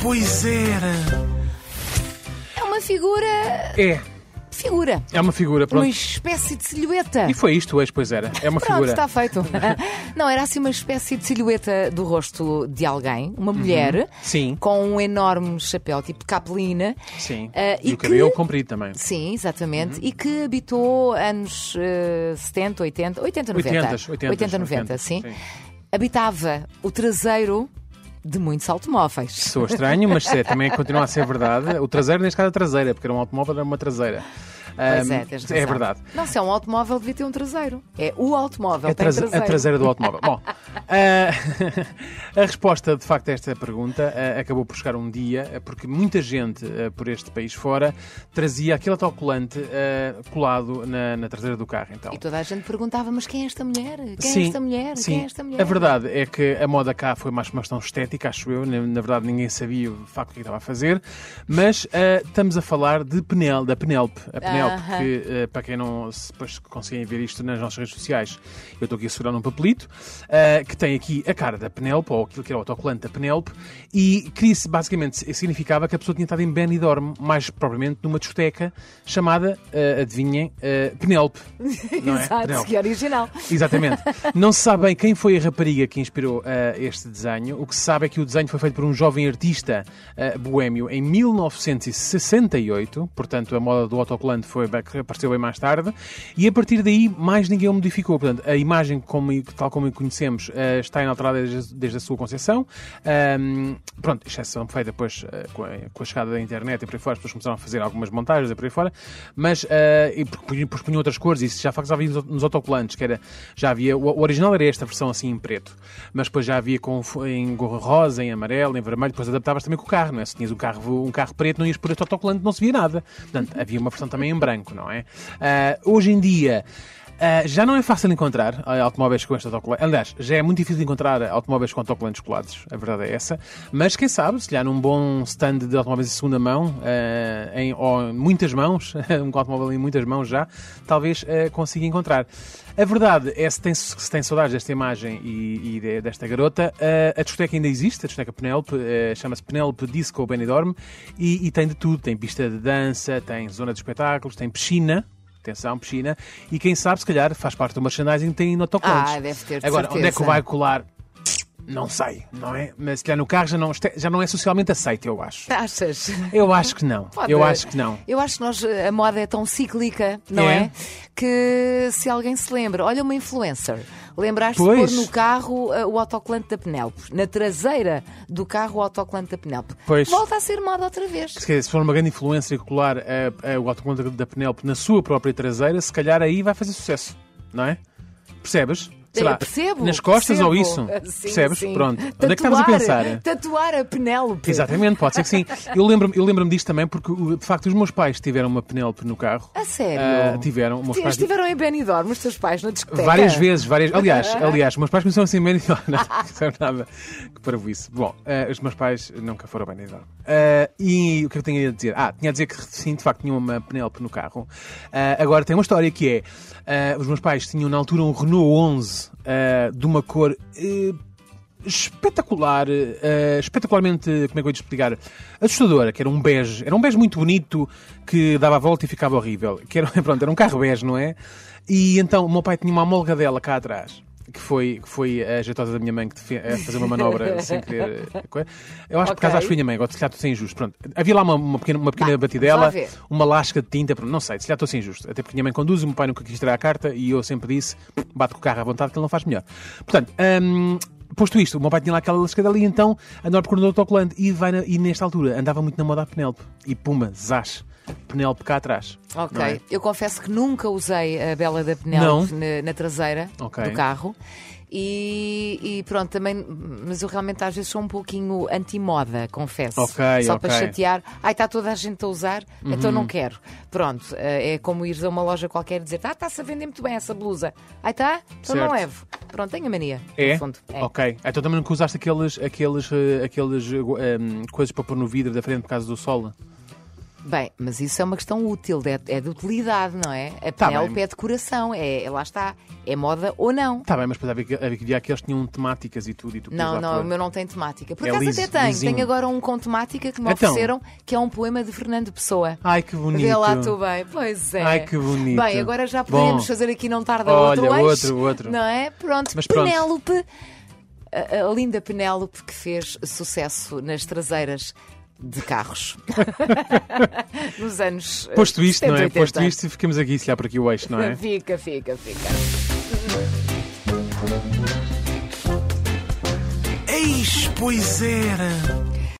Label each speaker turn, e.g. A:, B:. A: Pois era.
B: É uma figura.
A: É,
B: Figura.
A: é uma figura,
B: Uma
A: pronto.
B: espécie de silhueta.
A: E foi isto, o ex, pois era. É uma
B: Pronto,
A: figura.
B: está feito. Não, era assim uma espécie de silhueta do rosto de alguém, uma mulher,
A: Uhum. Sim.
B: com um enorme chapéu tipo capelina.
A: Sim.
B: Ah,
A: e,
B: e
A: o cabelo Uhum.
B: que-
A: comprido também.
B: Sim, exatamente. E que habitou anos eh, 70, 80, 80, 90.
A: 80, 80,
B: 90,
A: 80,
B: sim.
A: sim.
B: Habitava o traseiro de muitos automóveis.
A: Sou estranho, mas é, também continua a ser verdade. O traseiro, neste caso, a traseira, porque era um automóvel, era uma traseira.
B: Pois
A: Ahm,
B: é, tens razão.
A: verdade.
B: Não, se é um automóvel, devia ter um traseiro. É o automóvel,
A: A,
B: tem
A: trase- é
B: traseiro.
A: a traseira do automóvel. Bom, ah, a resposta de facto a esta pergunta ah, acabou por chegar um dia, ah, porque muita gente ah, por este país fora trazia aquele autocolante ah, colado na, na traseira do carro. Então.
B: E toda a gente perguntava, mas quem é esta mulher? Quem é esta mulher?
A: Sim.
B: Quem é esta mulher?
A: A verdade é que a moda cá foi mais uma questão estética, acho eu. Na, na verdade, ninguém sabia de facto o que estava a fazer. Mas ah, estamos a falar de Penel, da Penelope. A Penelope,
B: Aham.
A: que eh, para quem não se depois conseguem ver isto nas nossas redes sociais, eu estou aqui a segurar um papelito, eh, que tem aqui a cara da Penelope, ou aquilo que era o autocolante da Penelope, e queria-se, basicamente, se- significava que a pessoa tinha estado em Benidorm, mais propriamente numa discoteca chamada, eh, adivinhem, eh, Penelope. Não é?
B: Exato,
A: Penelope.
B: que original.
A: Exatamente. Não se sabe bem quem foi a rapariga que inspirou ah, este desenho. O que se sabe é que o desenho foi feito por um jovem artista ah, boêmio em 1968. Portanto, a moda do autocolante foi bem- que apareceu bem mais tarde. E a partir daí, mais ninguém o modificou. Portanto, a imagem, como- tal como a conhecemos, ah, está inalterada desde, desde a sua concepção. Ahm, pronto, exceção feita depois ah, com, a, com a chegada da internet e por aí fora. As pessoas começaram a fazer algumas montagens e por aí fora. Mas, ah, e porque punham- porque punham outras cores, isso já de facto já havia nos- nos autocolantes, que era, já havia, o o original era esta versão assim em preto, mas depois já havia com, f- em gorro rosa, em amarelo, em vermelho, depois adaptavas também com o carro, não é? Se tinhas um carro, um carro preto, não ias por este autocolante, não se via nada. Portanto, havia uma versão também em branco, não é? Ah, hoje em dia. ah, já não é fácil encontrar ah, automóveis com este autocolante. Aliás, já é muito difícil encontrar automóveis com autocolantes colados. A verdade é essa. Mas quem sabe, se calhar num bom stand de automóveis de segunda mão, ah, em, ou em muitas mãos, um automóvel em muitas mãos já, talvez ah, consiga encontrar. A verdade é se tem, se tem saudades desta imagem e, e de- desta garota, eh, a discoteca ainda existe, a discoteca Penelope, eh, chama-se Penelope Disco Benidorm e, e tem de tudo. Tem pista de dança, tem zona de espetáculos, tem piscina. Atenção, piscina. E quem sabe, se calhar, faz parte do merchandising, tem autocolantes.
B: Ah, deve ter, de
A: Agora, onde é que
B: certeza.
A: vai colar? Não sei, não é? Mas se calhar no carro já não, este- já não é socialmente aceito, eu acho.
B: Achas?
A: Eu acho que não.
B: Pode-
A: Eu acho que não.
B: Eu acho que nós, a moda é tão cíclica, não
A: É.
B: é? Que se alguém se lembra, olha uma influencer, lembraste de pôr
A: Pois.
B: no carro ah, o autocolante da Penelope, na traseira do carro o autocolante da Penelope.
A: Pois.
B: Volta a ser moda outra vez.
A: Se, calhar, se for uma grande influência e colar eh, eh, o autocolante da Penelope na sua própria traseira, se calhar aí vai fazer sucesso, não é? Percebes? Sei
B: Eu
A: lá,
B: percebo.
A: Nas costas
B: percebo.
A: ou isso?
B: Sim,
A: Percebes?
B: sim.
A: Pronto. Onde é que estavas a
B: Tatuar-
A: pensar?
B: Tatuar a Penélope.
A: Exatamente, pode ser que sim. Eu lembro-me eu lembro disto também porque, o- de facto, os meus pais tiveram uma Penélope no carro.
B: A sério?
A: Ah, tiveram. Os meus
B: É Sim,
A: pais
B: Estiveram em Benidorm, os teus pais, na discoteca.
A: Várias vezes, várias. Aliás, aliás, meus pais começaram assim bem Não, não disseram nada. Que para isso. Bom, eh, os meus pais nunca foram bem Ah, e o que eu tinha a dizer? Ah, tinha a dizer que sim, de facto, tinha uma Penélope no carro. Eh, agora tem uma história que é: eh, os meus pais tinham na altura um Renault 11 eh, de uma cor. eh, espetacular, eh, espetacularmente, como é que eu ia te explicar? Assustadora, que era um bege, era um bege muito bonito que dava a volta e ficava horrível. Que era, pronto, era um carro bege, não é? E então o meu pai tinha uma amolga dela cá atrás. Que foi, que foi a jeitosa da minha mãe que te fe- a fazer uma manobra sem querer. eh, coisa. Eu acho que por
B: Ok.
A: causa acho que foi a minha mãe, agora se calhar estou a ser injusto. Pronto, havia lá uma, uma pequena, uma pequena
B: Bah,
A: batidela,
B: vamos lá ver.
A: uma lasca de tinta, pronto, não sei, se calhar estou a ser injusto. Até porque minha mãe conduz, o meu pai nunca quis tirar a carta e eu sempre disse: bate com o carro à vontade que ele não faz melhor. Portanto, hum, posto isto, o meu pai tinha lá aquela lasca dali, então andava procurando outro autocolante e, vai na- e nesta altura andava muito na moda a Penélope. E puma, zás, Penélope cá atrás.
B: Ok,
A: não é?
B: eu confesso que nunca usei a Bela da Penelope
A: Não?
B: na, na traseira
A: Ok.
B: do carro. E, e pronto, também, mas eu realmente às vezes sou um pouquinho anti-moda, confesso.
A: Ok,
B: Só
A: ok. Uhum.
B: para chatear. Ai, está toda a gente a usar, então não quero. Pronto, eh, é como ires a uma loja qualquer e dizer: ah, está-se a vender muito bem essa blusa. Ai, está? Então não
A: Certo.
B: levo. Pronto, tenho a mania.
A: É?
B: No fundo. É.
A: Ok. Então também nunca usaste hum, aqueles, aqueles, eh, aqueles eh, go- ehm, coisas para pôr no vidro da frente por causa do sol?
B: Bem, mas isso é uma questão útil, é, é de utilidade, não é? A
A: Tá
B: Penélope
A: bem.
B: é de coração, é, lá está, é moda ou não.
A: Está Tá bem, mas depois havia, que- havia que eles tinham temáticas e tudo. E tu podias
B: Não,
A: lá
B: não,
A: pôr.
B: o meu não tem temática. Por
A: É
B: acaso
A: liso,
B: até tenho,
A: lisinho.
B: tenho agora um com temática que me
A: Então.
B: ofereceram, que é um poema de Fernando Pessoa.
A: Ai, que bonito.
B: Vê lá tu bem, pois é.
A: Ai, que bonito.
B: Bem, agora já
A: Bom.
B: podemos fazer aqui não tarda
A: Olha,
B: outro eixo,
A: outro, outro.
B: Não é? Pronto,
A: Mas pronto.
B: Penélope, a, a linda Penélope que fez sucesso nas traseiras de carros. Nos anos eh,
A: Posto isto, não é?
B: 70,
A: Posto
B: 80.
A: isto, ficamos aqui, se calhar, por aqui o eixo, não é?
B: Fica, fica, fica.
C: Eis, pois era.